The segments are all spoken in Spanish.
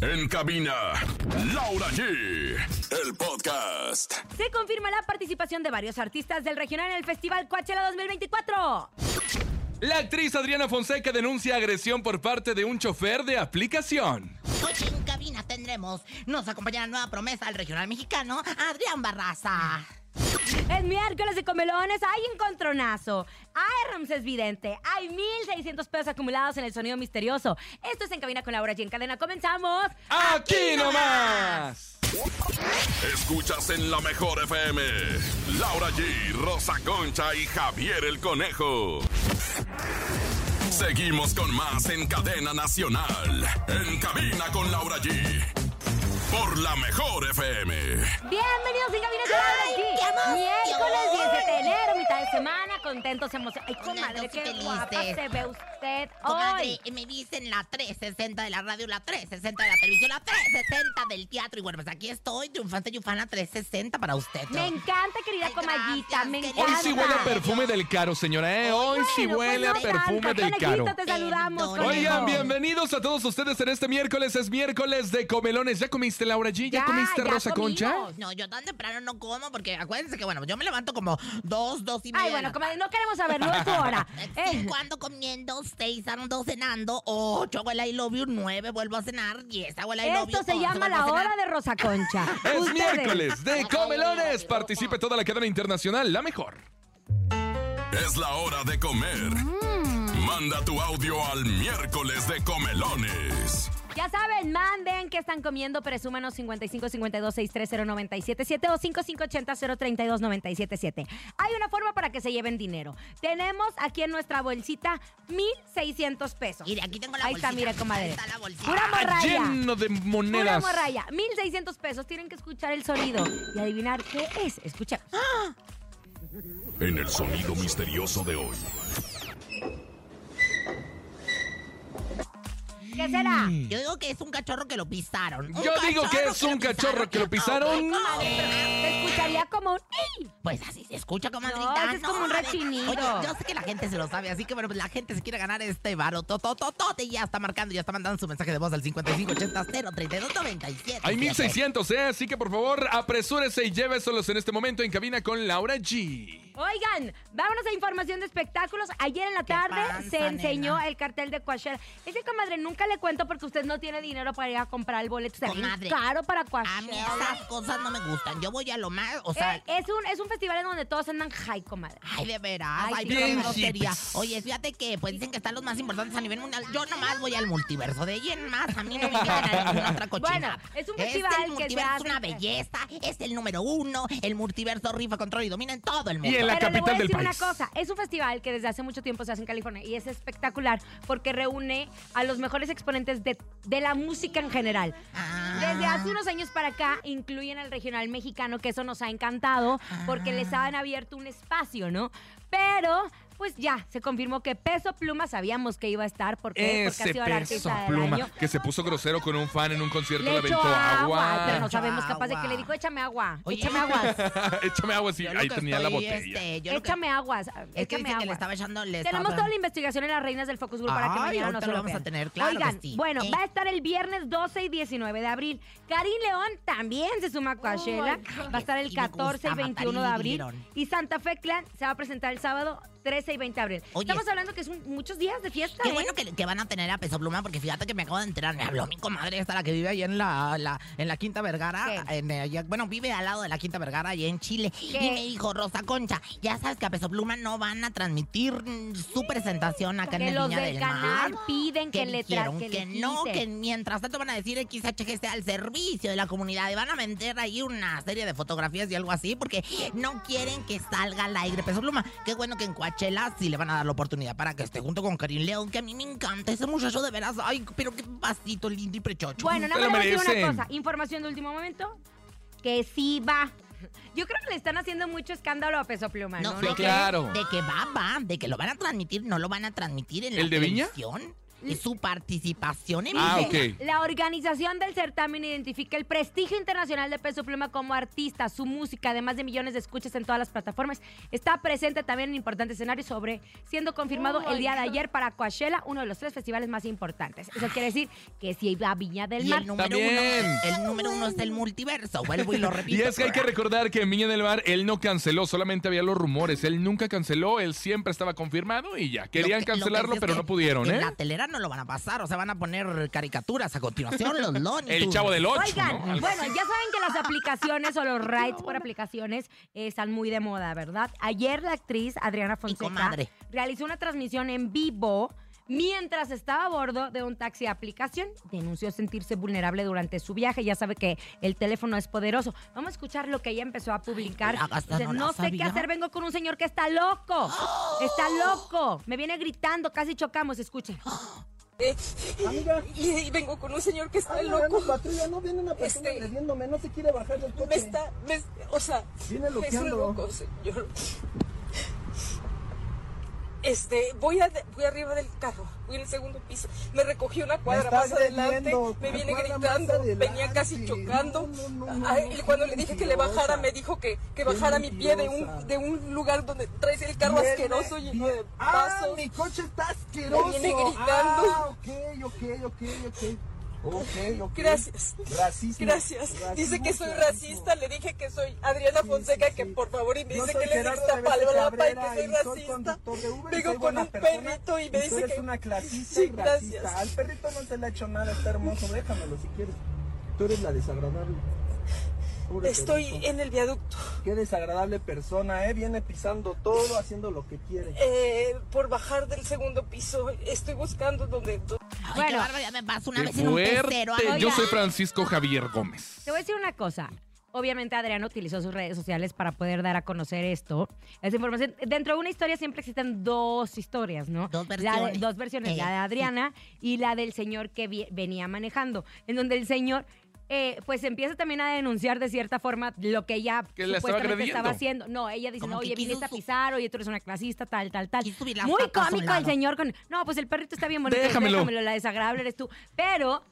En cabina, Laura G. El podcast. Se confirma la participación de varios artistas del regional en el Festival Coachella 2024. La actriz Adriana Fonseca denuncia agresión por parte de un chofer de aplicación. Pues en cabina tendremos. Nos acompañará nueva promesa al regional mexicano, Adrián Barraza. Es miércoles de comelones, hay encontronazo. Hay Ramses Vidente, hay 1,600 pesos acumulados en el sonido misterioso. Esto es En Cabina con Laura G. En cadena, comenzamos. ¡Aquí nomás! Escuchas en la mejor FM. Laura G, Rosa Concha y Javier el Conejo. Seguimos con más en cadena nacional. En cabina con Laura G. Por la mejor FM. Bienvenidos En Cabina con Laura ¡Ay, G. qué emoción! Miércoles 17 de enero, mitad de semana, contentos, emocionados. Ay, comadre, Contentos y qué felices. guapa se ve usted hoy. Comadre, me dicen la 360 de la radio, la 360 de la televisión, la 360 del teatro. Y bueno, pues aquí estoy, triunfante Yufana 360 para usted. Me encanta, querida Ay, comallita, gracias, me querida. encanta. Hoy sí huele a perfume del caro, señora, ¿eh? Hoy sí Bueno, huele a pues no perfume tanto, del caro. Conejito, te saludamos. Perdón. conejo. Oigan, bienvenidos a todos ustedes en este miércoles. Es miércoles de comelones. ¿Ya comiste, Laura G? ¿Ya, Ya, comiste, ya Rosa comimos. Concha? No, yo tan temprano no como porque acuérdense que, bueno, yo me levanto como dos, dos y media. Ay, bueno, comadre, no queremos saberlo, es tu hora. Eh, Cinco ando comiendo, seis ando cenando, ocho abuela I love you, nueve vuelvo a cenar, diez abuela I love you. esto se once, vuelvo llama a la cenar. hora de Rosa Concha. Es Ustedes. miércoles de comelones. Participe toda la cadena internacional, la mejor. Es la hora de comer. Manda tu audio al miércoles de comelones. Ya saben, manden que están comiendo, presúmanos 55 52 630 977 o 5580 032 977. Hay una forma para que se lleven dinero. Tenemos aquí en nuestra bolsita 1600 pesos. Mire, aquí tengo la Ahí está, bolsita. mira, comadre. Ahí está la bolsita. Pura morralla. Lleno de Pura monedas. morralla. 1600 pesos. Tienen que escuchar el sonido y adivinar qué es. Escuchemos. En el sonido misterioso de hoy. ¿Qué será? Yo digo que es un cachorro que lo pisaron. Un Yo digo que cachorro es un cachorro que lo pisaron. Se escucharía como un ¡ey! Pues así se escucha, comadrita. No, ese es como un a ver. rechinido. Oye, yo sé que la gente se lo sabe, así que bueno, pues la gente se quiere ganar este varo. Totototote, y ya está marcando, ya está mandando su mensaje de voz al 5580 032 Hay 1600, ¿eh? Así que por favor, apresúrese y lléveselos en este momento en cabina con Laura G. Oigan, vámonos a información de espectáculos. Ayer en la ¿Qué tarde pasa, se enseñó nena? el cartel de Coachella. Ese comadre nunca le cuento porque usted no tiene dinero para ir a comprar el boleto. Está bien Comadre, caro para A mí Coachella. esas cosas no me gustan. Yo voy a lo más, o sea, Eh, es, un, es un festival en donde todos andan high, comadre. Ay, de veras, Ay, ay, sí. qué Bien grosería. hippies. Oye, fíjate que pues dicen que están los más importantes a nivel mundial. Yo nomás voy al multiverso, de ahí en más, a mí no me quedan a ninguna otra cochina. Bueno, es un Este, festival que el se multiverso es hace- una belleza, es el número uno, el multiverso rifa, control y domina en todo el mundo. Y en la Pero le voy a capital del decir país. una cosa, es un festival que desde hace mucho tiempo se hace en California y es espectacular porque reúne a los mejores exponentes de, de la música en general. Ah. Desde hace unos años para acá incluyen al regional mexicano, que eso nos ha encantado porque les han abierto un espacio, ¿no? Pero pues ya se confirmó que Peso Pluma sabíamos que iba a estar Eh, porque, porque ha Ese sido el peso artista del pluma año. que se puso grosero con un fan en un concierto, Le le echó aventó agua, pero agua. no Echó sabemos capaz de que agua. le dijo, échame agua, Oye. échame aguas, Échame agua, sí. Yo lo Ahí que tenía la estoy, botella. este, yo lo que- échame aguas, Es que échame dice que le agua. estaba echando... le estaba- Tenemos toda la investigación en las reinas del Focus Group para que Ay, mañana ahorita nos lo lo vamos vean. a tener, claro que Oigan, sí. bueno, Eh. va a estar el viernes 12 y 19 de abril. Karim León también se suma a Coachella. va a estar el Oh, Y me 14 y gusta 21 de Karim abril. León. Y Santa Fe Clan se va a presentar el sábado 13 y 20 de abril. Oye. Estamos hablando que son muchos días de fiesta, Qué ¿eh? bueno que, que van a tener a Peso Pluma, porque fíjate que me acabo de enterar, me habló mi comadre esta, la que vive ahí en la, la- en la Quinta Vergara, ¿Qué? en, eh, allá- bueno, vive al lado de la Quinta Vergara, allá en Chile, y me dijo, Rosa Concha, ya sabes que a Peso Pluma no van a transmitir mm, su presentación acá que en la los Viña del del canal Mar. piden que, le dijeron traigan. que, no, que mientras tanto van a decir XHG sea al servicio de la comunidad y van a vender ahí una serie de fotografías y algo así porque no quieren que salga al aire Peso Pluma. Qué bueno que en Coachella sí le van a dar la oportunidad para que esté junto con Karim León, que a mí me encanta ese muchacho de veras. Ay, pero qué pasito lindo y prechocho. Bueno, nada Se lo más le voy a decir una merecen. cosa. Información de último momento. Que sí va. Yo creo que le están haciendo mucho escándalo a Peso Pluma, ¿no? sí, de que- claro. de que va, va, de que lo van a transmitir, no lo van a transmitir en la ¿El de Viña? televisión. y su participación en Ah, el- ok. La organización del certamen identifica el prestigio internacional de Peso Pluma como artista, su música, además de millones de escuchas en todas las plataformas. Está presente también en importantes escenarios sobre siendo confirmado el día de ayer para Coachella, uno de los tres festivales más importantes. Eso quiere decir que si va a Viña del Y Mar. el número También. uno, el número uno es el multiverso. Vuelvo y lo repito. Y es que hay que recordar que en Viña del Mar él no canceló, solamente había los rumores. Él nunca canceló, él siempre estaba confirmado y ya. Querían Lo que- lo que cancelarlo, sí es pero que no pudieron, en ¿eh? la telera no lo van a pasar, o sea, van a poner caricaturas a continuación, los Looney El Tunes. chavo del 8. Oigan, bueno, ya saben que las aplicaciones o los rides por aplicaciones eh, están muy de moda, ¿verdad? Ayer la actriz Adriana Fonseca comadre. realizó una transmisión en vivo mientras estaba a bordo de un taxi de aplicación. Denunció sentirse vulnerable durante su viaje. Ya sabe que el teléfono es poderoso. Vamos a escuchar lo que ella empezó a publicar. la gasta, Dice, no la no sé qué sabía". hacer, vengo con un señor que está loco. Está loco. Me viene gritando, casi chocamos. Escuchen. Eh, y, y vengo con un señor que está loco. loco. patrulla, no viene una persona Este- agrediéndome, no se quiere bajar del coche. Me está, me, o sea, Viene me está loqueando. loco, señor. Este, voy, a, voy arriba del carro, voy en el segundo piso. Me recogí una cuadra está más adelante, agrediendo, me una viene cuadra más gritando, venía adelante. casi chocando. No, no, no, Ay, no, y qué cuando le dije que le mentirosa. bajara, me dijo que, que bajara mi pie de mentirosa. un, de un lugar donde traes el carro Viene- asqueroso lleno de viene- Ah, pasos. mi coche está asqueroso. Me viene gritando. Ah, ok, ok, ok, ok. Ok, ok. Gracias. Racismo. Gracias. Dice Racismo que soy clásico. racista. Le dije que soy Adriana Sí, Fonseca, sí, que sí. por favor y me Yo dice soy que le Gerardo gusta Rebeca Palapa y Cabrera que soy y soy racista. conductor de Uber y soy Vengo con buena un persona perrito y me tú dice eres que. una clasista Sí, y racista. gracias. Al perrito no se le ha hecho nada, está hermoso, déjamelo si quieres. Tú eres la desagradable. Pobre Estoy perrito. en el viaducto Qué desagradable persona, ¿eh? Viene pisando todo, haciendo lo que quiere. eh, por bajar del segundo piso. Estoy buscando donde. Ay, qué Bueno. barbaridad, me pasó una Qué vez en un fuerte. pecero. Yo amiga. soy Francisco Javier Gómez. Te voy a decir una cosa. Obviamente Adriana utilizó sus redes sociales para poder dar a conocer esto. Esa información. Dentro de una historia siempre existen dos historias, ¿no? Dos La de- versiones. dos versiones. Eh, la de sí. Adriana y la del señor que vi- venía manejando. En donde el señor. eh, pues empieza también a denunciar de cierta forma lo que ella Que la estaba supuestamente agrediendo. estaba haciendo. No, ella dice, Como no, que oye, quiso viniste a su- pisar, oye, tú eres una clasista, tal, tal, tal. Quiso subir las Muy patas a un cómico el lado. señor con, no, pues el perrito está bien bonito, pues Déjamelo. déjamelo, la desagradable eres tú. Pero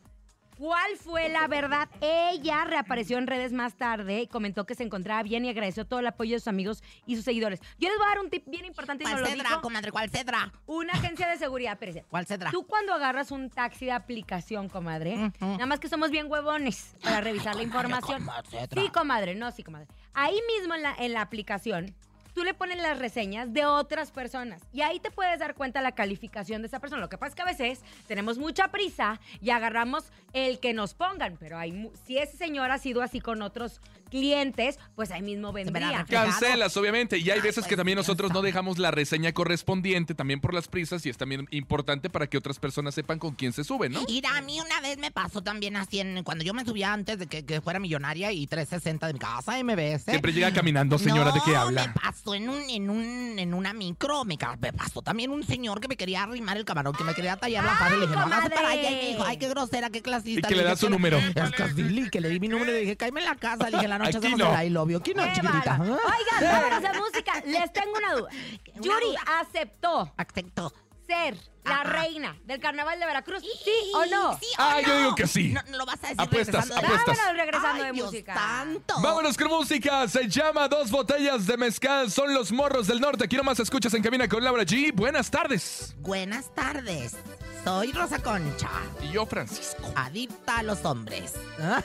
¿Cuál fue la verdad? Ella reapareció en redes más tarde y comentó que se encontraba bien y agradeció todo el apoyo de sus amigos y sus seguidores. Yo les voy a dar un tip bien importante y nos ¿Cuál lo cedra, dijo comadre? ¿Cuál cedra? una agencia de seguridad. Espérense. ¿Cuál cedra? Tú cuando agarras un taxi de aplicación, comadre, nada más que somos bien huevones para revisar la información. comadre, cedra. Sí, comadre, no, sí, comadre. Ahí mismo en la, en la aplicación, tú le pones las reseñas de otras personas y ahí te puedes dar cuenta la calificación de esa persona. Lo que pasa es que a veces tenemos mucha prisa y agarramos el que nos pongan, pero hay, mu- si ese señor ha sido así con otros clientes, pues ahí mismo verá vendría. reflejado. Cancelas, obviamente. Y hay veces pues, que también ya nosotros no está. dejamos la reseña correspondiente, también por las prisas, y es también importante para que otras personas sepan con quién se suben, ¿no? Mira, a mí una vez me pasó también así en, cuando yo me subía antes de que, que fuera millonaria y 360 de mi casa MBS. Siempre llega caminando, señora, ¿de qué No, habla? Me pasó en un, en un, en una micro, me, ca- me pasó también un señor que me quería arrimar el camarón, que me quería tallar la paz y le dije, no, hágase comadre! para allá y me dijo, ay, qué grosera, qué clasista. Y que le dije, das su "Qué- número. Es que sí, le- que le di mi número y le dije, cáeme en la casa, le dije, en la noche Aquí hacemos no. el I love you. ¿Quién no, ¡Qué chiquitita? bárbaro! ¿Ah? Oigan, vámonos a música. Les tengo una duda. Una Yuri duda. aceptó Acepto. ser la Ajá. reina del carnaval de Veracruz, ¿sí o no? Sí Ah, o yo no. digo que sí. No, no lo vas a decir Apuestas, regresando de- apuestas. Vámonos regresando Ay, de Dios música. santo. Vámonos con música. Se llama Dos Botellas de Mezcal. Son los morros del norte. Aquí nomás escuchas en cabina con Laura G. Buenas tardes. Buenas tardes. Soy Rosa Concha, Y yo, Francisco. adicta a los hombres. ¿Ah?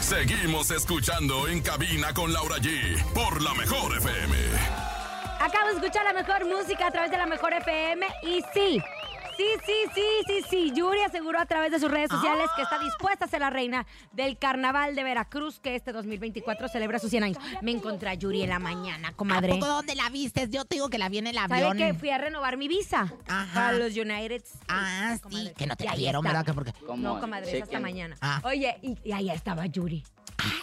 Seguimos escuchando en cabina con Laura G por la mejor FM. Acabo de escuchar la mejor música a través de la mejor FM y sí. Sí, sí, sí, sí, sí. Yuri aseguró a través de sus redes sociales que Ah. está dispuesta a ser la reina del Carnaval de Veracruz que este 2024 celebra sus 100 años. Me encontré a Yuri en la mañana, ¿A comadre. poco dónde la viste? Yo te digo que la vi en el ¿Sabe avión. que fui a renovar mi visa Ajá. para los United States? Ah, sí, comadre. que no te Y la ahí dieron, estaba. ¿verdad? Que porque... No, comadre, es hasta mañana. Ah. Oye, y, y ahí estaba Yuri.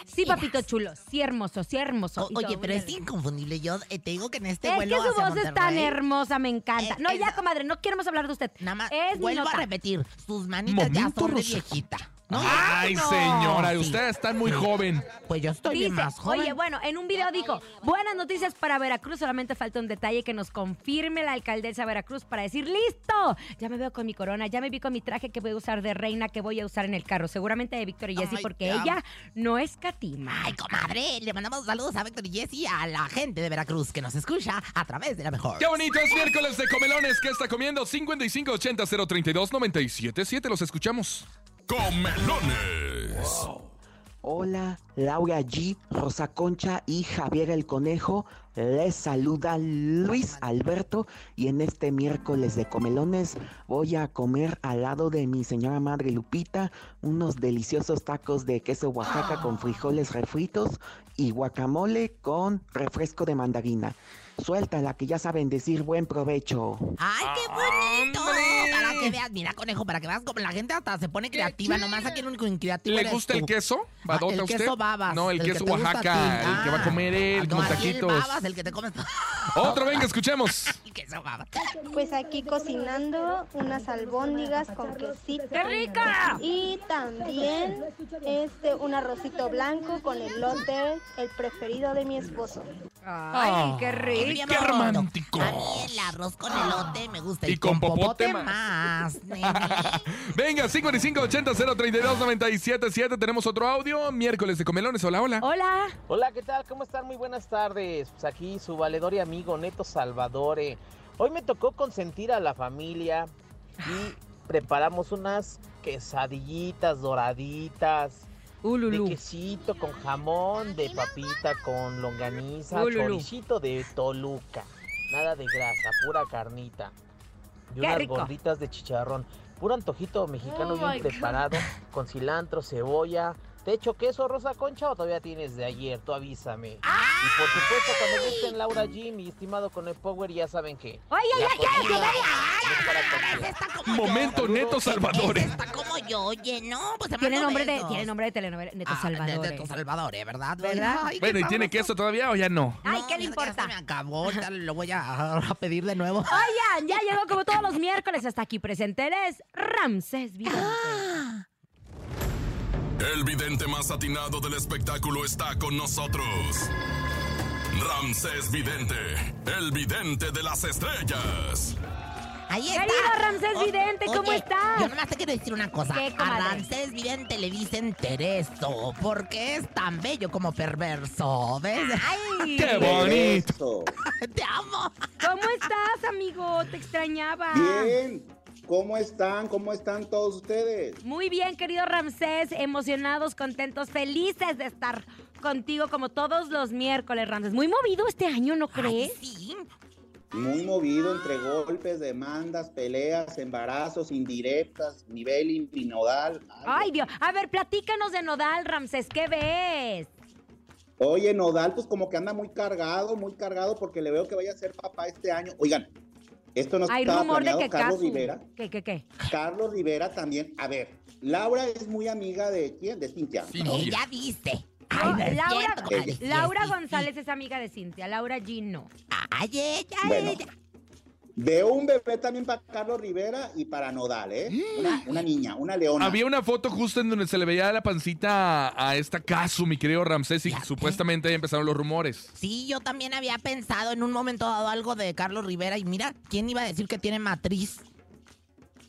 Sí, mira. papito chulo, sí hermoso, sí hermoso. O- Y oye, todo pero muy es bien. inconfundible. Yo eh, te digo que en este Es que vuelo su hacia voz es tan Monterrey, hermosa, me encanta. Es- No, es- ya, comadre, no queremos hablar de usted. Nada más, es mi vuelvo nota. a repetir, sus manitas ya Momento son de Rosa. viejita. No, Ay, no. señora, Sí. usted está muy joven. Pues yo estoy bien Dice, más joven. Oye, bueno, en un video dijo, buenas noticias para Veracruz, solamente falta un detalle que nos confirme la alcaldesa de Veracruz para decir, listo, ya me veo con mi corona, ya me vi con mi traje que voy a usar de reina, que voy a usar en el carro, seguramente de Víctor y Jessy, Ay, porque te amo. ella no es catima. Ay, comadre, le mandamos saludos a Víctor y Jessy, a la gente de Veracruz que nos escucha a través de la mejor. Qué bonito es miércoles de comelones que está comiendo 5580 032 977. Los escuchamos. Comelones. Hola, Laura G, Rosa Concha y Javier el Conejo. Les saluda Luis Alberto y en este miércoles de comelones voy a comer al lado de mi señora madre Lupita unos deliciosos tacos de queso Oaxaca con frijoles refritos y guacamole con refresco de mandarina. Suéltala que ya saben decir buen provecho. ¡Ay, qué bonito! ¡Hombre! Para que veas, mira, conejo, para que veas como la gente hasta se pone creativa. Nomás aquí el único increativo ¿Le eres gusta el tú. queso? Ah, ¿Badota el usted? queso babas. No, el, que queso te gusta a ti. Oaxaca, el que va a Ah, comer él, no, como aquí el taquitos. babas, el que te comes. Otro, venga, escuchemos. El queso babas. Pues aquí cocinando unas albóndigas con quesito. ¡Qué rica! Y también este un arrocito blanco con elote, el preferido de mi esposo. Ay, qué rico. Bien qué bonito. romántico. A mí el arroz con elote me gusta. Y Y, con con, popote popote, más. más. nene. Venga, 5580 032 977. Tenemos otro audio. Miércoles de comelones. Hola, hola. Hola. Hola, ¿qué tal? ¿Cómo están? Muy buenas tardes. Pues aquí su valedor y amigo Neto Salvadore. Hoy me tocó consentir a la familia y preparamos unas quesadillitas doraditas de Ululú. quesito con jamón, de papita con longaniza, Ululú. choricito de Toluca. Nada de grasa, pura carnita. Y Qué unas rico. gorditas de chicharrón. Puro antojito mexicano Oh my bien God. preparado, con cilantro, cebolla. ¿Te echo queso, Rosa Concha, o todavía tienes de ayer? Tú avísame. Y por supuesto, cuando gusten Laura G, mi estimado con el Power, ya saben que... Oye, la ya quiero comida comer. es para cualquiera. Ese está como yo. Momento neto Salvador. Ese está como yo, oye, no. Pues te Tiene mando nombre de, besos. tiene nombre de telenovela, Neto Ah, Salvador. De, de tu eh. Salvador, ¿eh? ¿verdad? ¿Verdad? Ay, qué Bueno, ¿y tiene sabroso. queso todavía o ya no? Ay, No, ¿qué mira que le ya importa? se me acabó, ahorita lo voy a, a pedir de nuevo. Oigan, ya llegó como todos los miércoles hasta aquí presente. Él es Ramsés Vidal. Ah, El vidente más atinado del espectáculo está con nosotros. Ramsés Vidente, el vidente de las estrellas. Ahí está. Querido Ramsés Vidente, ¿cómo oye, estás? Yo nomás te quiero decir una cosa. ¿Qué, a comadre? Ramsés Vidente le dicen Tereso, porque es tan bello como perverso. ¿Ves? Ah. Ay, ¡Qué bonito! Te amo. ¿Cómo estás, amigo? Te extrañaba. Bien, ¿cómo están? ¿Cómo están todos ustedes? Muy bien, querido Ramsés. Emocionados, contentos, felices de estar contigo como todos los miércoles, Ramsés. Muy movido este año, ¿no crees? Ay, sí. Muy movido entre golpes, demandas, peleas, embarazos, indirectas, nivel infinodal. Ay, Dios. A ver, platícanos de Nodal, Ramsés. ¿Qué ves? Oye, Nodal, pues como que anda muy cargado, muy cargado, porque le veo que vaya a ser papá este año. Oigan, esto no Hay estaba rumor de planeado, que Carlos Casu- Rivera. ¿Qué, qué, qué? Carlos Rivera también. A ver, Laura es muy amiga de quién? De Cintia. Sí, no, Ella dice. Ay, No, no es Laura, cierto, comadre. Laura Sí, sí, González es amiga de Cintia. Laura G. no. sí. Ay, ella, Bueno. ella. Veo un bebé también para Carlos Rivera y para Nodal, ¿eh? Una, una niña, una leona. Había una foto justo en donde se le veía la pancita a, a esta Casu, mi querido Ramsés, y Ya supuestamente ahí empezaron los rumores. Sí, yo también había pensado en un momento dado algo de Carlos Rivera y mira, ¿quién iba a decir que tiene matriz?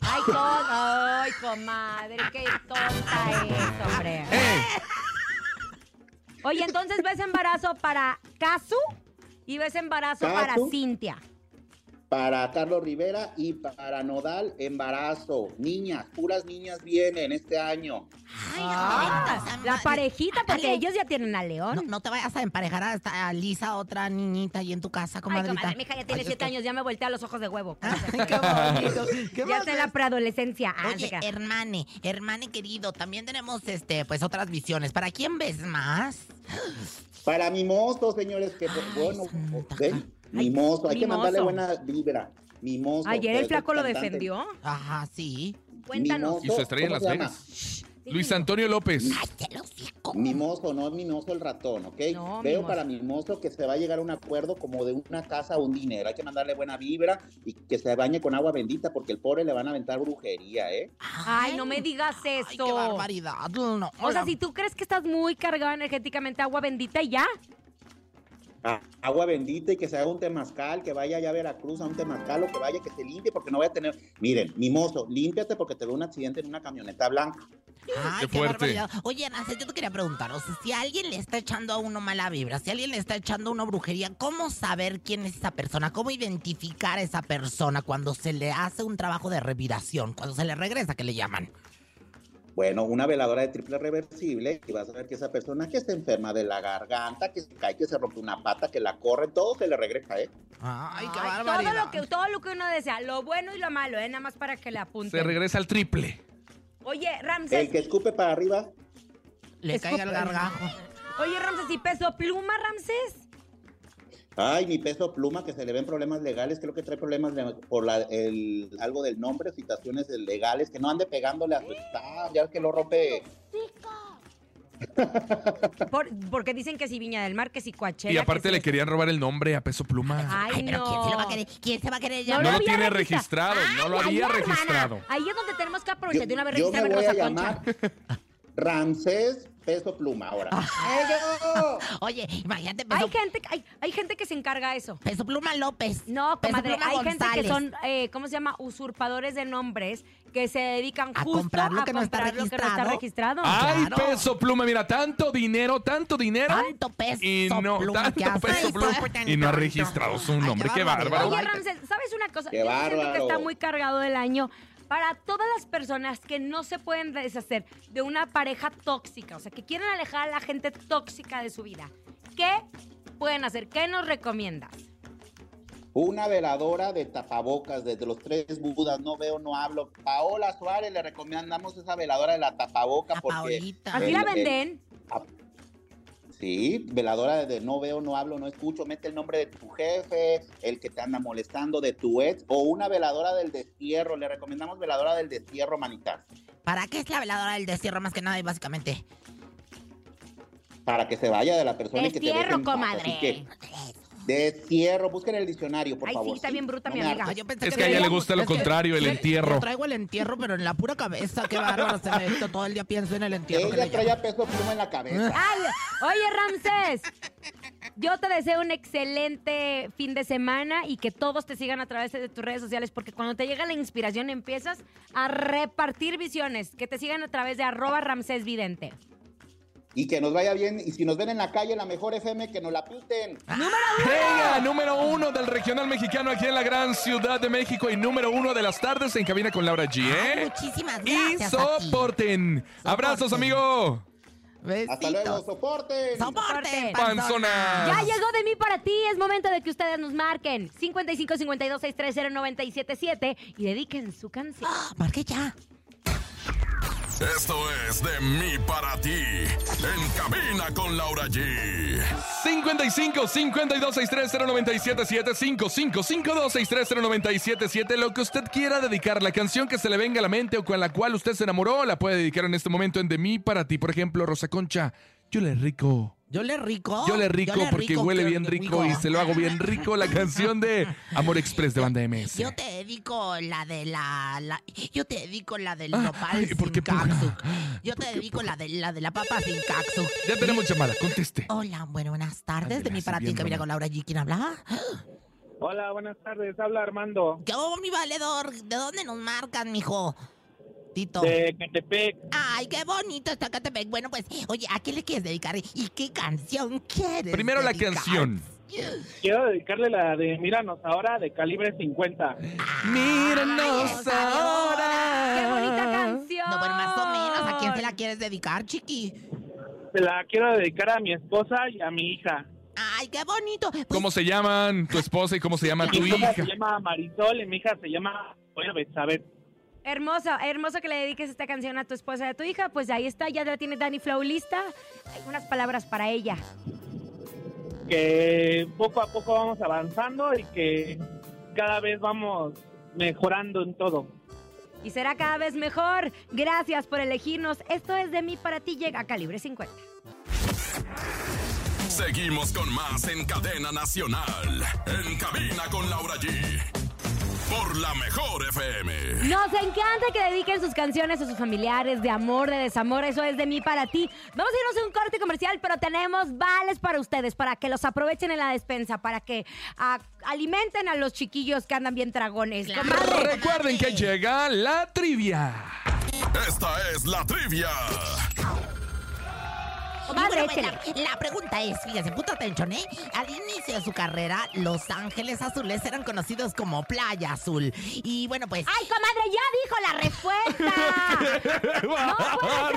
Ay, con- ay, comadre, qué tonta es, hombre. Ah, ¡Eh! Oye, entonces ves embarazo para Casu y ves embarazo Casu. para Cintia. Para Carlos Rivera y para Nodal, embarazo. Niñas, puras niñas vienen este año. Ay, Ah, ay, esa la madre. parejita, porque Ándale. ellos ya tienen a León. No, no te vayas a emparejar a, esta- a Lisa, otra niñita ahí en tu casa, Ay, comadrita. comadre, mi hija ya tiene Ay, es siete que- años, ya me voltea los ojos de huevo. Ay, qué bonito. ¿Qué ya más está en la ves? preadolescencia. Ah, se Oye, crea. hermane, hermane querido, también tenemos este, pues otras visiones. ¿Para quién ves más? Para Mimoso, señores, que pues, Ay, bueno, santa. ven, Ay, Mimoso, hay que Mimoso. mandarle buena vibra. Mimoso. Ayer que el es flaco lo cantante. defendió. Ajá, sí. Cuéntanos. Mimoso, Y su estrella en ¿cómo Las se llama? Vegas. Luis Antonio López. Ay, te lo digo. Mimoso, no es mimoso el ratón, ¿ok? No, Veo mimoso. para mimoso que se va a llegar a un acuerdo como de una casa a un dinero. Hay que mandarle buena vibra y que se bañe con agua bendita porque el pobre le van a aventar brujería, ¿eh? Ay, no me digas eso. qué barbaridad. No, O sea, oigan. si tú crees que estás muy cargado energéticamente, agua bendita y ya. Ah, agua bendita y que se haga un temazcal, que vaya allá a Veracruz a un temazcal o que vaya, que se limpie porque no vaya a tener... Miren, mimoso, límpiate porque te veo un accidente en una camioneta blanca. Ay, Qué fuerte. barbaridad. Oye, Nancy, yo te quería preguntar, o sea, si alguien le está echando a uno mala vibra, si alguien le está echando a uno brujería, ¿cómo saber quién es esa persona? ¿Cómo identificar a esa persona cuando se le hace un trabajo de reviración, cuando se le regresa, que le llaman? Bueno, una veladora de triple reversible y vas a ver que esa persona que está enferma de la garganta, que se cae, que se rompe una pata, que la corre, todo se le regresa, ¿eh? Ay, qué Todo lo, que, todo lo que uno desea, lo bueno y lo malo, ¿eh? Nada más para que le apunte. Se regresa al triple. Oye, Ramses. escupe para arriba. Le caiga el gargajo. Oye, Ramses, ¿y peso pluma, Ramses? Ay, mi peso pluma, que se le ven problemas legales, creo que trae problemas de- por la- el, algo del nombre, citaciones de- legales, que no ande pegándole a su staff, ya ves que lo rompe. Por- porque dicen que si Viña del Mar, que si Coachella. Y que aparte si le esto. querían robar el nombre a Peso Pluma. Ay, no. ¿quién se lo va a querer? ¿Quién se va a querer llamar? No lo había tiene registra- registrado, no lo Ay, había no, hermana. registrado. Ahí es donde tenemos que aprovechar Yo, de una vez yo registrar me voy a Rosa Concha. llamar Ramsés Peso Pluma ahora. Oye, imagínate, Hay gente, que- hay, hay gente que se encarga de eso. Peso Pluma López. No, Peso comadre, Pluma hay gente que González. son, eh, ¿cómo se llama? Usurpadores de nombres que se dedican A justo comprar lo a que no está comprar lo que no está registrado. registrado. Ay, Claro. Peso Pluma, mira, tanto dinero, tanto dinero. Tanto peso y no, pluma que tanto hace. peso pluma. Y no ha registrado su nombre. Qué bárbaro. Oye, Ramsel, ¿sabes una cosa? Qué Yo siento que bárbaro. está muy cargado el año. Para todas las personas que no se pueden deshacer de una pareja tóxica, o sea, que quieren alejar a la gente tóxica de su vida, ¿qué pueden hacer? ¿Qué nos recomiendas? Una veladora de tapabocas desde los tres budas, no veo, no hablo. Paola Suárez le recomendamos esa veladora de la tapaboca porque Paolita. Aquí El- la el- venden. Sí, veladora de no veo, no hablo, no escucho, mete el nombre de tu jefe, el que te anda molestando, de tu ex, o una veladora del destierro. Le recomendamos veladora del destierro, manita, ¿Para qué es la veladora del destierro más que nada y básicamente? para que se vaya de la persona y que este te deje Destierro, en paz. comadre. Así que, destierro, busquen el diccionario, por Ay, favor. sí, está bien bruta no mi me amiga. hartes. Yo pensé Es que a ella le gusta lo Es que- contrario, el yo- entierro. Yo traigo el entierro, pero en la pura cabeza. Qué bárbaro se me esto. Todo el día pienso en el entierro. que Ella le traía peso pluma en la cabeza. Ay, oye, Ramses, yo te deseo un excelente fin de semana y que todos te sigan a través de tus redes sociales, porque cuando te llega la inspiración empiezas a repartir visiones. Que te sigan a través de arroba Ramsés Vidente. Y que nos vaya bien. Y si nos ven en la calle, la mejor FM, que nos la puten. Ella, número uno del regional mexicano aquí en la gran ciudad de México y número uno de las tardes en cabina con Laura G, llaman. ¿eh? Muchísimas Y gracias. a ti. soporten. Abrazos, amigo. Hasta luego, Besitos. soporten. Soporte. Panzona. Ya llegó de mí para ti, es momento de que ustedes nos marquen 55 52 630 977 y dediquen su canción. Marqué Ah, ya. Esto es de mí para ti. En cabina con Laura G. 55 52 630 977 55 52 630 977 Lo que usted quiera dedicar, la canción que se le venga a la mente o con la cual usted se enamoró, la puede dedicar en este momento en De mí para ti. Por ejemplo, Rosa Concha, yo le rico. Oh, Yo le rico. Yo le rico porque huele que- bien rico y se lo hago bien rico. La canción de Amor Express de Banda MS. Yo te dedico la de la, la- yo te dedico la del nopal ay, ¿por sin qué puja? cápsula. Yo te dedico la de la de la papa sin cápsula. Ya tenemos llamada, conteste. Hola, bueno, buenas tardes. Ay, De me mi hace para ti bien, que viene Roma. con Laura G. ¿Quién habla? Hola, buenas tardes. Habla Armando ¿Qué hubo, mi valedor? ¿De dónde nos marcan, mijo? Tito. de Catepec. Ay, qué bonito está Catepec. Bueno, pues, oye, ¿a qué le quieres dedicar? ¿Y qué canción quieres? Primero la dedicar? canción. Quiero dedicarle la de Míranos ahora de calibre 50. Míranos ahora. ¡Qué bonita canción! No, bueno, más o menos. ¿A quién se la quieres dedicar, chiqui? Se la quiero dedicar a mi esposa y a mi hija. Ay, qué bonito. Pues, ¿Cómo se llaman tu esposa y cómo se llama tu Mi esposa hija? se llama Marisol y mi hija se llama a ver. Hermoso, hermoso que le dediques esta canción a tu esposa y a tu hija. Pues ahí está, ya la tiene Dani Flow lista. Hay unas palabras para ella. que poco a poco vamos avanzando y que cada vez vamos mejorando en todo. Y será cada vez mejor. Gracias por elegirnos. Esto es de mí para ti. Llega a calibre 50. Seguimos con más en Cadena Nacional. En cabina con Laura G. Por la mejor FM. Nos encanta que dediquen sus canciones a sus familiares de amor, de desamor. Eso es de mí para ti. Vamos a irnos a un corte comercial, pero tenemos vales para ustedes, para que los aprovechen en la despensa, para que ah, alimenten a los chiquillos que andan bien dragones. Comadre, Recuerden que llega la trivia. Esta es la trivia. Y bueno, pues, la, la pregunta es, fíjese, puto atención, ¿eh? Al inicio de su carrera, Los Ángeles Azules eran conocidos como Playa Azul. Y bueno, pues... ¡Ay, comadre, ya dijo la respuesta! Ah, Ah,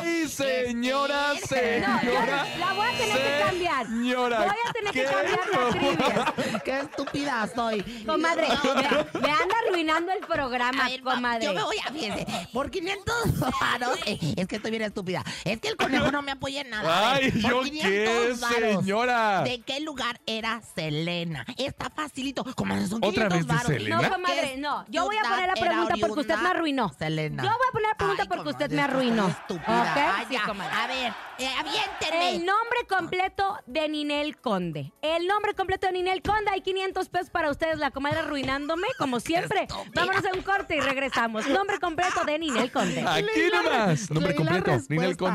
Ay, Ay, señora, No, yo Ah, señora. la voy a tener que cambiar. Señora, voy a tener que ¿qué? cambiar la trivia. ¡Qué estúpida soy! Comadre, me, me anda arruinando el programa, A ver, va, comadre. Yo me voy a, fíjese, por 500 varos. eh, es que estoy bien estúpida. Es que el conejo no me apoya en nada. A Ay, ver, por yo 500 qué, varos, señora. ¿De qué lugar era Selena? Está facilito. Comadre, son 500 ¿Otra vez de varos. Selena? No, comadre, ¿Qué no. Yo voy a poner la ciudad era pregunta porque usted oriunda me arruinó. Selena. Yo voy a poner la pregunta Ay, porque comadre, usted me estás arruinó. estúpida. ¿Ok? Ay, Sí, ya. comadre. A ver, eh, aviéntenme. El nombre completo de Ninel Conde. El nombre completo de Ninel Conde. Hay 500 pesos para ustedes, la comadre arruinándome, como siempre. Vámonos a un corte y regresamos. Nombre completo de Ninel Conde. Aquí Leí la- nomás. Nombre leí la completo. Ninel respuesta.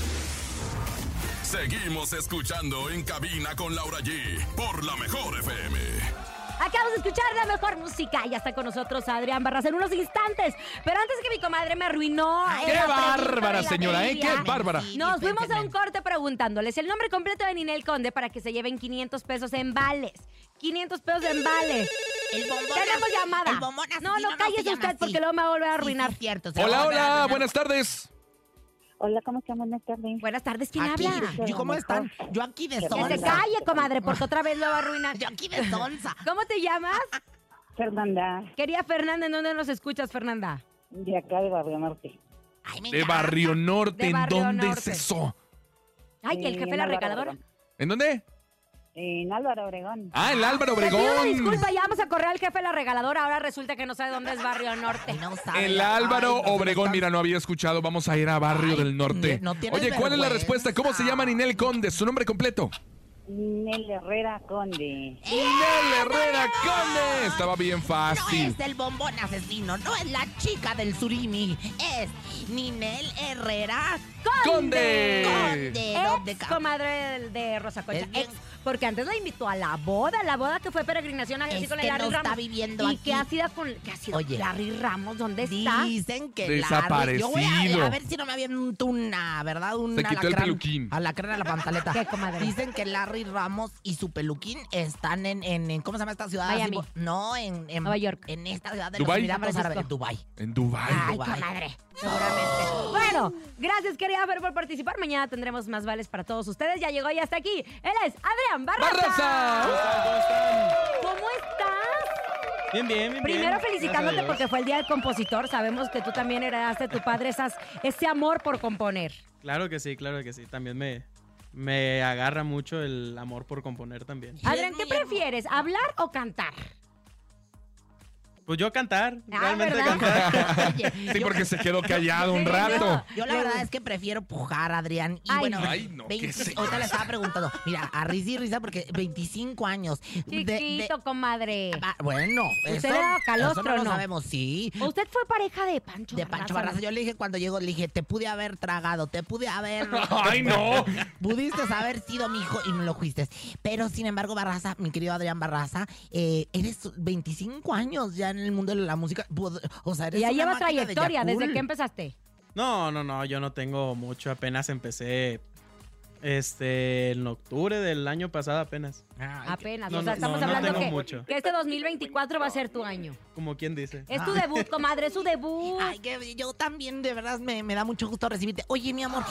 Seguimos escuchando en cabina con Laura G. Por la mejor FM. Acabamos de escuchar la mejor música. Ya está con nosotros Adrián Barras en unos instantes. Pero antes que mi comadre me arruinó. ¡Qué la pregunta bárbara, de la señora! ¿eh? ¡Qué trivia, bárbara! Sí, Nos fuimos a discúlpenme. un corte preguntándoles el nombre completo de Ninel Conde para que se lleven 500 pesos en vales. 500 pesos en vales. El bombón Tenemos así, llamada. el bombón así, no, no, no, no, se cállese llama usted así. porque luego me va a volver a Sí, sí, arruinar. es cierto, se lo Hola, voy a hola. arruinar. Buenas tardes. Hola, ¿cómo están? Buenas tardes. Buenas tardes, ¿quién Ah, Aquí, habla? ¿y ¿Cómo están? Yo aquí de Que se sonza. calle, comadre, porque otra vez lo va a arruinar. Yo aquí de sonza. ¿Cómo te llamas? Fernanda, Quería Fernanda, ¿en dónde nos escuchas, Fernanda? de acá de Barrio Norte. Ay, me De encanta. Barrio Norte. De ¿En Barrio dónde es Norte. eso? Ay, que el Eh, jefe en de la Álvaro regaladora. Obregón. ¿En dónde? En Álvaro Obregón. Ah, el Álvaro Te pido una Obregón. disculpa, ya vamos a correr al jefe de la regaladora. Ahora resulta que no sabe dónde es Barrio Norte. Ay, no sabe. El Ay, Álvaro no se me Obregón, está- mira, no había escuchado. Vamos a ir a Barrio Ay, del Norte. no tienes Oye, ¿cuál es la vergüenza. respuesta? ¿Cómo se llama Ninel Conde? ¿Su nombre completo? Nel Herrera Conde. Ninel Herrera Conde. Estaba bien No fácil. es el bombón asesino, no es la chica del surimi, es Ninel Herrera Eh. Conde. Conde. ¿Dónde Ex ca- comadre de, de Rosa Concha. Es bien- Ex, porque antes la invitó a la boda, la boda que fue peregrinación así Es con el que Larry no está Ramos. viviendo ¿Y aquí. qué ha sido con qué ha sido Oye. Larry Ramos? ¿Dónde está? Dicen que Desaparecido. la- Yo voy a, a ver si no me habían una, ¿verdad? Un Se quitó el peluquín. A la crema la pantaleta. ¿Qué, comadre? Dicen que Larry Ramos y su peluquín están en, en, en- ¿cómo se llama esta ciudad? Miami. Así, no, en, en Nueva York. En esta ciudad de Dubái. los Emiratos San Árabes, Francisco. en Dubai. En Dubái. Ay, Ay, Guay. comadre, seguramente. Bueno, gracias querida Fer por participar. Mañana tendremos más vales para todos ustedes. Ya llegó y hasta aquí. Él es Adrián Barraza. ¡Barraza! ¿Cómo están? ¿Cómo estás? Bien, bien, bien. bien. Primero felicitándote Gracias a porque Dios. fue el día del compositor. Sabemos que tú también heredaste de tu padre esas, ese amor por componer. Claro que sí, claro que sí. También me, me agarra mucho el amor por componer también. Adrián, es ¿qué muy hermoso. prefieres? ¿Hablar o cantar? Pues yo cantar, Ah, realmente ¿verdad? cantar. Sí, porque se quedó callado un Sí, rato. Yo la verdad es que prefiero pujar, Adrián. Y Ay, bueno, no. Ay, no, ¿qué 20 se ahorita le estaba preguntando. Mira, a risa y risa porque 25 años. de- de- Chiquito, comadre. Ah, bueno, ¿Usted eso, era calostro eso no o lo no? sabemos, sí. Usted fue pareja de Pancho De Pancho Barraza, Barraza. Yo le dije cuando llegó, le dije, te pude haber tragado, te pude haber... Ay, Ah, no. Pudiste haber sido mi hijo y no lo fuiste. Pero, sin embargo, Barraza, mi querido Adrián Barraza, eh, eres 25 años ya en el mundo de la música. Pod- O sea, ¿no? eres Y ya una lleva máquina de trayectoria. ¿Desde Yakult. que empezaste? No, no, no, yo no tengo mucho. Apenas empecé Este, en octubre del año pasado apenas. ah, Apenas. No, o sea, no, estamos no, no hablando tengo que, mucho. que este 2024 va a ser tu año. Como quien dice. Es tu debut, comadre, es su debut. Ah. Ay, que yo también, de verdad, me, me da mucho gusto recibirte. Oye, mi amor,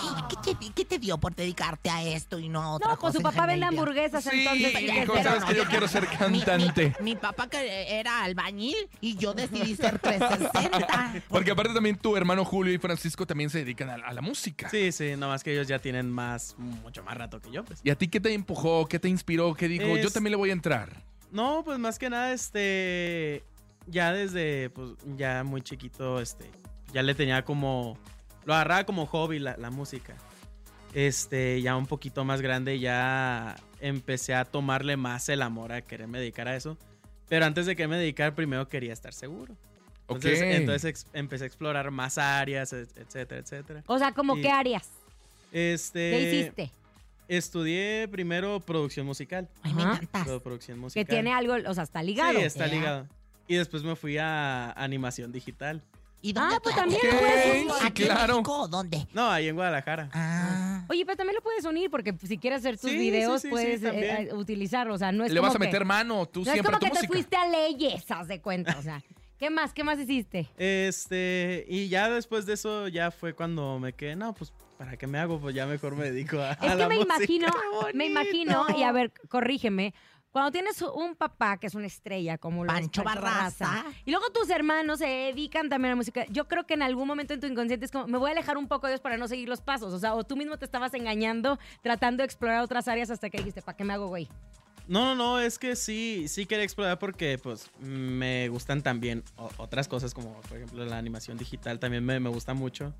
¿qué te, qué te dio por dedicarte a esto y no a otra No, pues cosa su en papá vende general? hamburguesas, entonces. Sí, ¿qué hijo, será? ¿sabes que yo quiero ser cantante. Mi papá que era albañil y yo decidí ser 360. Porque aparte también tu hermano Julio y Francisco también se dedican a, la- a la música. Sí, sí, nomás que ellos ya tienen más, mucho más rato que yo, pues. ¿Y a ti qué te empujó? ¿Qué te inspiró? ¿Qué dijo? Yo Es- también le voy a entrar. No, pues más que nada, este. Ya desde, pues, ya muy chiquito, este. Ya le tenía como. Lo agarraba como hobby la, la música. Este, ya un poquito más grande, ya empecé a tomarle más el amor a quererme dedicar a eso. Pero antes de quererme dedicar, primero quería estar seguro. Entonces, Ok. entonces ex- empecé a explorar más áreas, et- etcétera, etcétera. O sea, como Y, qué áreas. Este, ¿Qué Eh, hiciste? Estudié primero producción musical. Ay, me encantas. Producción musical. Que tiene algo, o sea, está ligado. Sí, está Eh, ligado. Y después me fui a animación digital. ¿Y Ah, pues también Ok, lo puedes sí, unir. Aquí en claro. México, ¿Dónde? Ah, No, ahí en Guadalajara. Oye, pero también lo puedes unir porque pues, si quieres hacer tus Sí, sí, videos sí, sí, puedes eh, también. eh, utilizarlo. O sea, no es Le vas como a meter que- mano tú no siempre es a como tu que te música. fuiste a leyes, haz de cuenta. O sea, ¿qué más? ¿Qué más hiciste? Este, y ya después de eso ya fue cuando me quedé, no, pues, ¿para qué me hago? Pues ya mejor me dedico a, a Es que la me música". imagino, me imagino, y a ver, corrígeme. Cuando tienes un papá que es una estrella como lo es Pancho Barraza. y luego tus hermanos se dedican también a la música, yo creo que en algún momento en tu inconsciente es como, me voy a alejar un poco de Dios para no seguir los pasos. O sea, o tú mismo te estabas engañando, tratando de explorar otras áreas hasta que dijiste, ¿para qué me hago, güey? No, no, no, es que sí, sí quería explorar porque, pues, me gustan también o- otras cosas como, por ejemplo, la animación digital también me, me gusta mucho.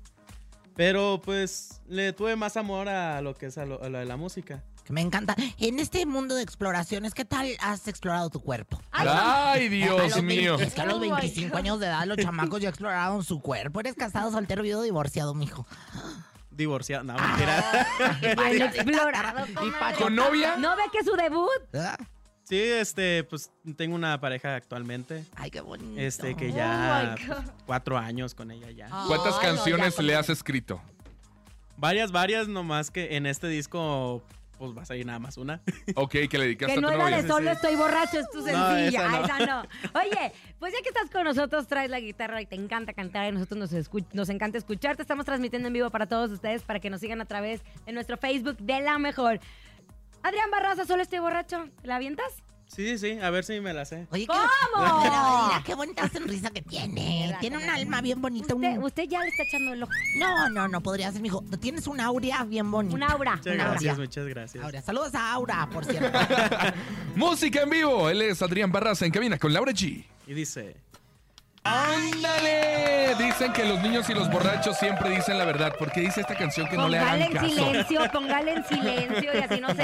Pero, pues, le tuve más amor a lo que es a lo, a lo de la música. Que me encanta. En este mundo de exploraciones, ¿qué tal has explorado tu cuerpo? Ay, A Dios los mío. 20 es que a los Uy. 25 años de edad los chamacos ya exploraron su cuerpo. Eres casado, soltero, viudo, divorciado, mijo. Divorciado, no, mentira. Mal explorado, comadre. ¿Con novia? ¿No ve que es su debut? Sí, este, pues tengo una pareja actualmente. Ay, qué bonito. Este, que Oh ya my God. pues, cuatro años con ella Ah. ya. ¿Cuántas Ay, no, canciones ya pues. con- le has escrito? Varias, varias, nomás que en este disco, pues va a salir nada más una. Ok, que le dedicaste Que no a tu era novia. de solo estoy borracho, es tu No, sencilla. esa no. esa no. Oye, pues ya que estás con nosotros, traes la guitarra y te encanta cantar y nosotros nos, escu- nos encanta escucharte. Estamos transmitiendo en vivo para todos ustedes para que nos sigan a través de nuestro Facebook de La Mejor. Adrián Barraza, solo estoy borracho. ¿La avientas? Sí, sí, sí, a ver si me la sé. Oye, qué- ¿Cómo? Mira, mira qué bonita sonrisa que tiene. Tiene un alma bien bonita. un- Usted, usted ya le está echando el ojo. No, no, no podría ser, mijo. Tienes una aurea bien bonita. Un aura. Muchas Una gracias, aurea. muchas gracias. Aurea. Saludos a Aura, por cierto. Música en vivo. Él es Adrián Barraza en cabina con Laura G. Y dice, ¡Ándale! Dicen que los niños y los borrachos siempre dicen la verdad. ¿Por qué dice esta canción que no le Póngale hagan en caso? silencio, póngale en silencio y así no se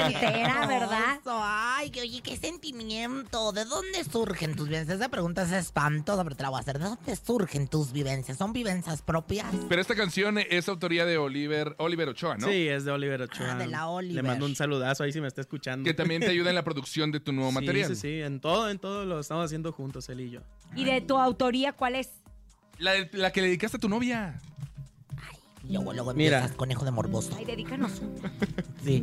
entera, ¿verdad? Eso, ay, que oye, qué sentimiento. ¿De dónde surgen tus vivencias? Esa pregunta es espantosa, pero te la voy a hacer. ¿De dónde surgen tus vivencias? ¿Son vivencias propias? Pero esta canción es autoría de Oliver, Oliver Ochoa, ¿no? sí, es de Oliver Ochoa. Ah, de la Le Oliver. mando un saludazo ahí si me está escuchando. Que también te ayuda en la producción de tu nuevo Sí, material. Sí, sí, en todo, en todo lo estamos haciendo juntos, él y yo. ¿Y de tu autoría cuál es? La, la que le dedicaste a tu novia. Luego, luego Mira. empiezas conejo de morboso. Ay, dedícanos. Sí.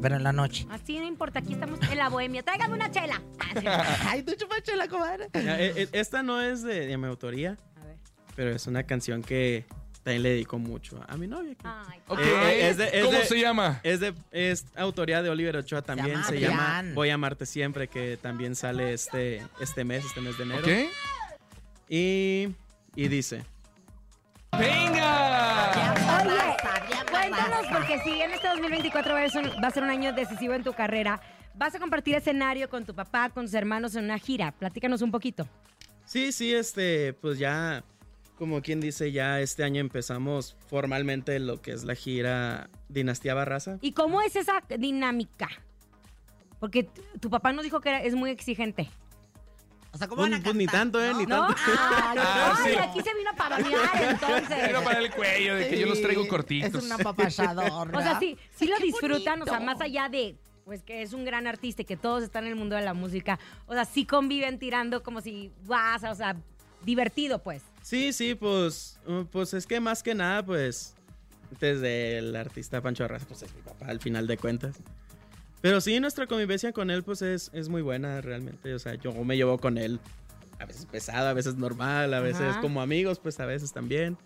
Pero en la noche. Así no importa, aquí estamos en la bohemia. Tráigame una chela. Ay, tú chupaste la comadre. Ya, e- e- Esta no es de, de mi autoría, A ver. pero es una canción que también le dedico mucho a mi novia. que- Ah. Ay, Ok. Eh, es de- es ¿Cómo de- eh, se llama? Es de es autoría de Oliver Ochoa también, llama se llama, Adrián. Voy a amarte siempre, que también sale este, este mes, este mes de enero. ¿Ok? Y, y dice, ¡Venga! Cuéntanos, porque si en este 2024 va a ser un- va a ser un año decisivo en tu carrera, vas a compartir escenario con tu papá, con tus hermanos en una gira. Platícanos un poquito. sí, sí, este, pues ya, como quien dice, ya este año empezamos formalmente lo que es la gira Dinastía Barraza. ¿Y cómo es esa dinámica? Porque t- tu papá nos dijo que era- es muy exigente. O sea, ¿cómo Pues, van a pues, ni cantar? tanto, ¿eh? Ni ¿No? tanto. Ah, Ah, ay, sí. aquí se vino a paronear, entonces. Quiero para el cuello de que yo los traigo cortitos. Es un apapachador. O sea, ¿verdad? sí, sí lo Qué disfrutan, o sea, bonito. más allá de pues que es un gran artista y que todos están en el mundo de la música, o sea, sí conviven tirando como si vas, o sea, divertido pues. Sí, sí, pues, uh, pues es que más que nada, pues, antes del artista Pancho Arraza, pues es mi papá al final de cuentas. Pero sí, nuestra convivencia con él pues es, es muy buena realmente. O sea, yo me llevo con él a veces pesado, a veces normal, a veces Ajá. como amigos, pues a veces también.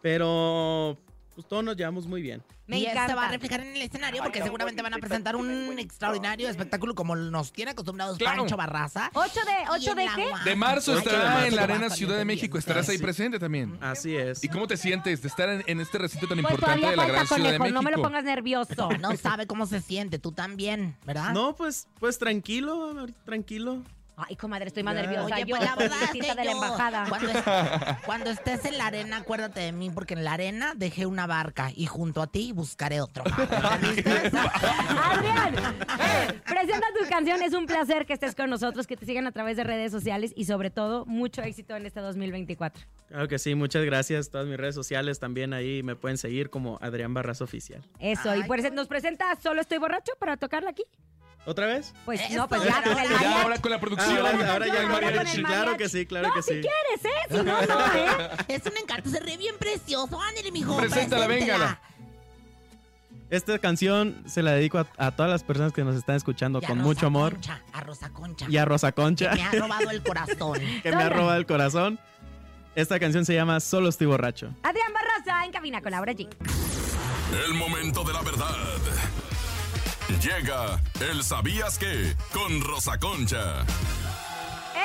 Pero pues todos nos llevamos muy bien. y esto se va a reflejar en el escenario porque seguramente van a presentar un extraordinario espectáculo como nos tiene acostumbrados Pancho Barraza. ¿Ocho de, ocho de qué? Pues De marzo Ocho de Ah, estará marzo, en la Tabasco, Arena yo Ciudad de México. Estarás ahí Sí. Ah, presente también. Así es. ¿Y cómo te sientes de estar en, en este recinto tan Pues importante todavía de la gran falta Ciudad de conejo, México? no me lo pongas nervioso. No sabe cómo se siente, tú también, ¿verdad? No, pues, pues tranquilo, ahorita tranquilo. Ay, comadre, estoy más Ya. nerviosa. Oye, yo pues la verdad es que visita de la yo- embajada. cuando, es- cuando estés en la arena, acuérdate de mí, porque en la arena dejé una barca y junto a ti buscaré otro. Adrián, eh, presenta tu canción. Es un placer que estés con nosotros, que te sigan a través de redes sociales y sobre todo mucho éxito en este 2024. Claro que sí, muchas gracias. Todas mis redes sociales también ahí me pueden seguir como Adrián Barraza Oficial. Eso, y pues nos presenta Solo estoy borracho para tocarla aquí. ¿Otra vez? Pues Eh, no, pues ya con el Ya, mariachi. ahora con la producción. Ah, ahora, ahora ahora ya el con el mariachi. Claro que sí, claro que sí. ¿Quieres, eh? Si no, no, eh. Es un encanto, se re bien precioso. Ándale, mijo. Preséntala, véngala. Esta canción se la dedico a, a todas las personas que nos están escuchando Y a con Rosa mucho amor. Concha, a Rosa Concha. Y a Rosa Concha, Que me ha robado el corazón. que me ha Sola. robado el corazón. Esta canción se llama Solo estoy borracho. Adrián Barraza en cabina con Laura G. El momento de la verdad. Llega el sabías que con Rosa Concha.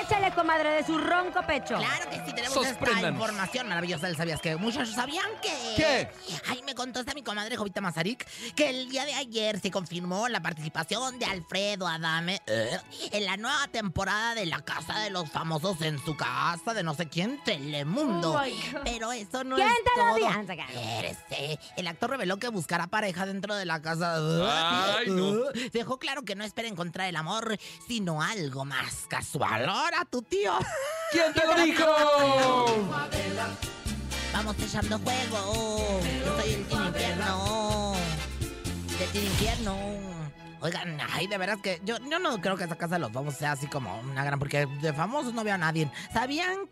Échale, comadre, de su ronco pecho. Claro que sí, tenemos esta Sorpréndanos. información maravillosa del Sabías que. Muchachos, ¿sabían que? ¿Qué? Ay, me contó esta mi comadre Jovita Mazarik que el día de ayer se confirmó la participación de Alfredo Adame eh, en la nueva temporada de La Casa de los Famosos en su casa de no sé quién, Telemundo. Oh, my God. Pero eso no ¿Quién es te lo todo. dio? Ah, saca. Espérese. El actor reveló que buscará pareja dentro de la casa. Ay, no. Dejó claro que no espera encontrar el amor, sino algo más casual. Ahora tu tío. ¿Quién te lo dijo? Vamos echando juego. Yo soy el Team Infierno. Del Team Infierno. Oigan, ay, de veras que yo, yo no creo que esta casa de los famosos sea así como una gran, porque de famosos no veo a nadie. ¿Sabían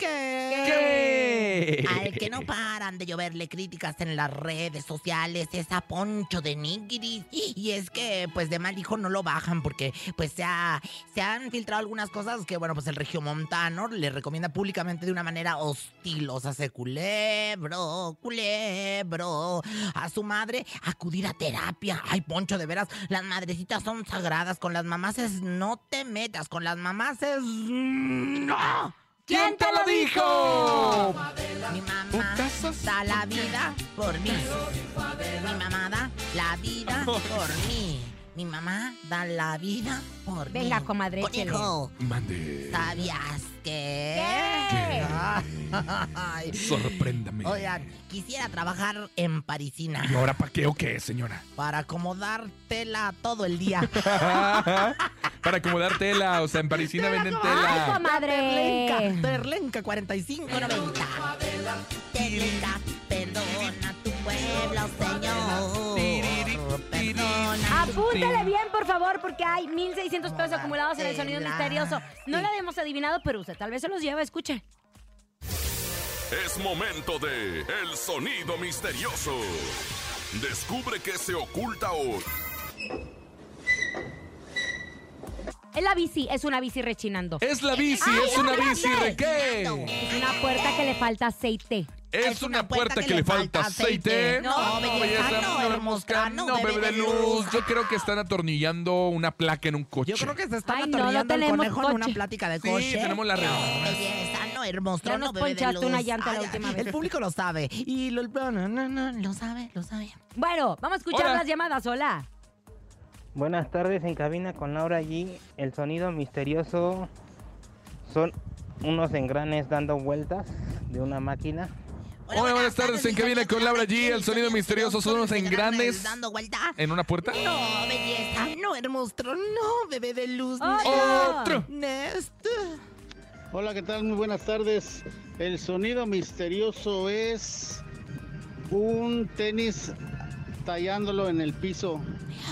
que? Al que no paran de lloverle críticas en las redes sociales es a Poncho de Nigris. Y es que, pues, de mal hijo no lo bajan porque, pues, se, ha- se han filtrado algunas cosas que, bueno, pues el regiomontano le recomienda públicamente de una manera hostil. O sea, se culebro, culebro. A su madre acudir a terapia. Ay, Poncho, de veras, las madrecitas son sagradas. Con las mamaces no te metas. Con las mamaces. ¡No! ¿Quién te lo dijo? Mi mamá da la vida por mí. Mi mamá da la vida por mí. Mi mamá da la vida por mí. Venga, comadre, échele. Conejo, Mande. ¿sabías que? ¿Qué? Ay. Sorpréndame. Oigan, quisiera trabajar en Parisina ¿Y ahora para qué o qué, señora? para acomodártela todo el día. para acomodar tela. O sea, en Parisina venden Ay, tela. Terlenca, comadre. Terlenca 4590. Terlenca, perdona tu pueblo, señor. Perdona. Apúntale bien, por favor, porque hay 1,600 pesos acumulados en el sonido Tela. misterioso. No Sí. la habíamos adivinado, pero usted tal vez se los lleva, escuche. Es momento de El sonido misterioso. Descubre qué se oculta hoy. Es la bici, es una bici rechinando. Es la bici, Ay, es una hombre, bici hombre. de qué. Es una puerta que le falta aceite. Es una puerta que le falta aceite. ah, No, belleza, no, hermosca, no, no, bebe de luz. Yo creo que están atornillando una placa en un coche. Yo creo que se están Ay, no, atornillando el no tenemos conejo en una coche. plática de Sí, coche. tenemos la No, regadera. belleza, no, hermoso, Ya no, nos bebé de ponchaste luz. una llanta la Ay, última vez. El público lo sabe. Y lo, no, no, no, lo sabe, lo sabe. Bueno, vamos a escuchar Hola. las llamadas, hola. Buenas tardes en cabina con Laura G. El sonido misterioso son unos engranes dando vueltas de una máquina. Hola, buenas tardes, en cabina bienvenidos con Laura a G, el sonido misterioso, son unos engranes engranes. Dando vuelta. ¿En una puerta? Ah. No, belleza, no, hermoso, no, bebé de luz. no. Hola. Otro. Nest. Hola, ¿qué tal? Muy buenas tardes. El sonido misterioso es un tenis tallándolo en el piso.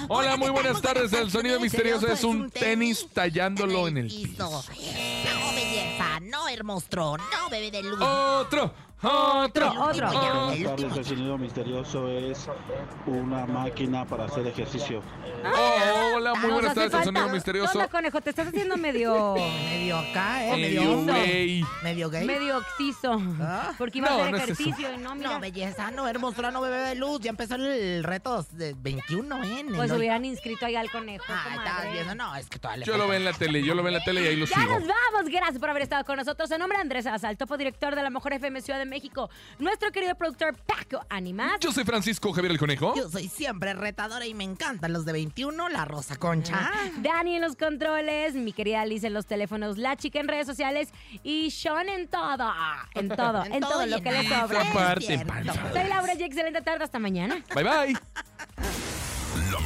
Hola, muy ¿qué tal? buenas tardes. El sonido misterioso es pues un tenis tallándolo en el piso. No, belleza, no, hermoso, no, bebé de luz. otro. Otro, otro. Buenas tardes, el sonido misterioso es una máquina para hacer ejercicio. Hola, muy buenas tardes, el sonido misterioso. Hola, conejo, te estás haciendo medio. medio acá, ¿eh? Medio Medio ondo. gay. Medio gay. medio oxiso. Porque iba No, a hacer no es eso. ejercicio y no, mira. ¿Ah? No, belleza, no, hermosura, no, bebé de luz. Ya empezó el reto de 21, ¿eh? Pues No- Ah, hubieran inscrito ahí al conejo. comadre. No, es que todavía Yo lo veo en la tele, yo lo veo en la tele y ahí lo Ya sigo. nos vamos. Gracias por haber estado con nosotros. En nombre de Andrés Azal, topo director de la Mejor FM Ciudad de México, nuestro querido productor Paco Animas. Yo soy Francisco Javier el Conejo. Yo soy siempre retadora y me encantan los de 21, la Rosa Concha. Ah, Dani en los controles, mi querida Liz en los teléfonos, la chica en redes sociales y Sean en todo. En todo, en, todo, lo que le sobra. Esa parte, panza. Soy Laura G. Excelente tarde. Hasta mañana. Bye bye. La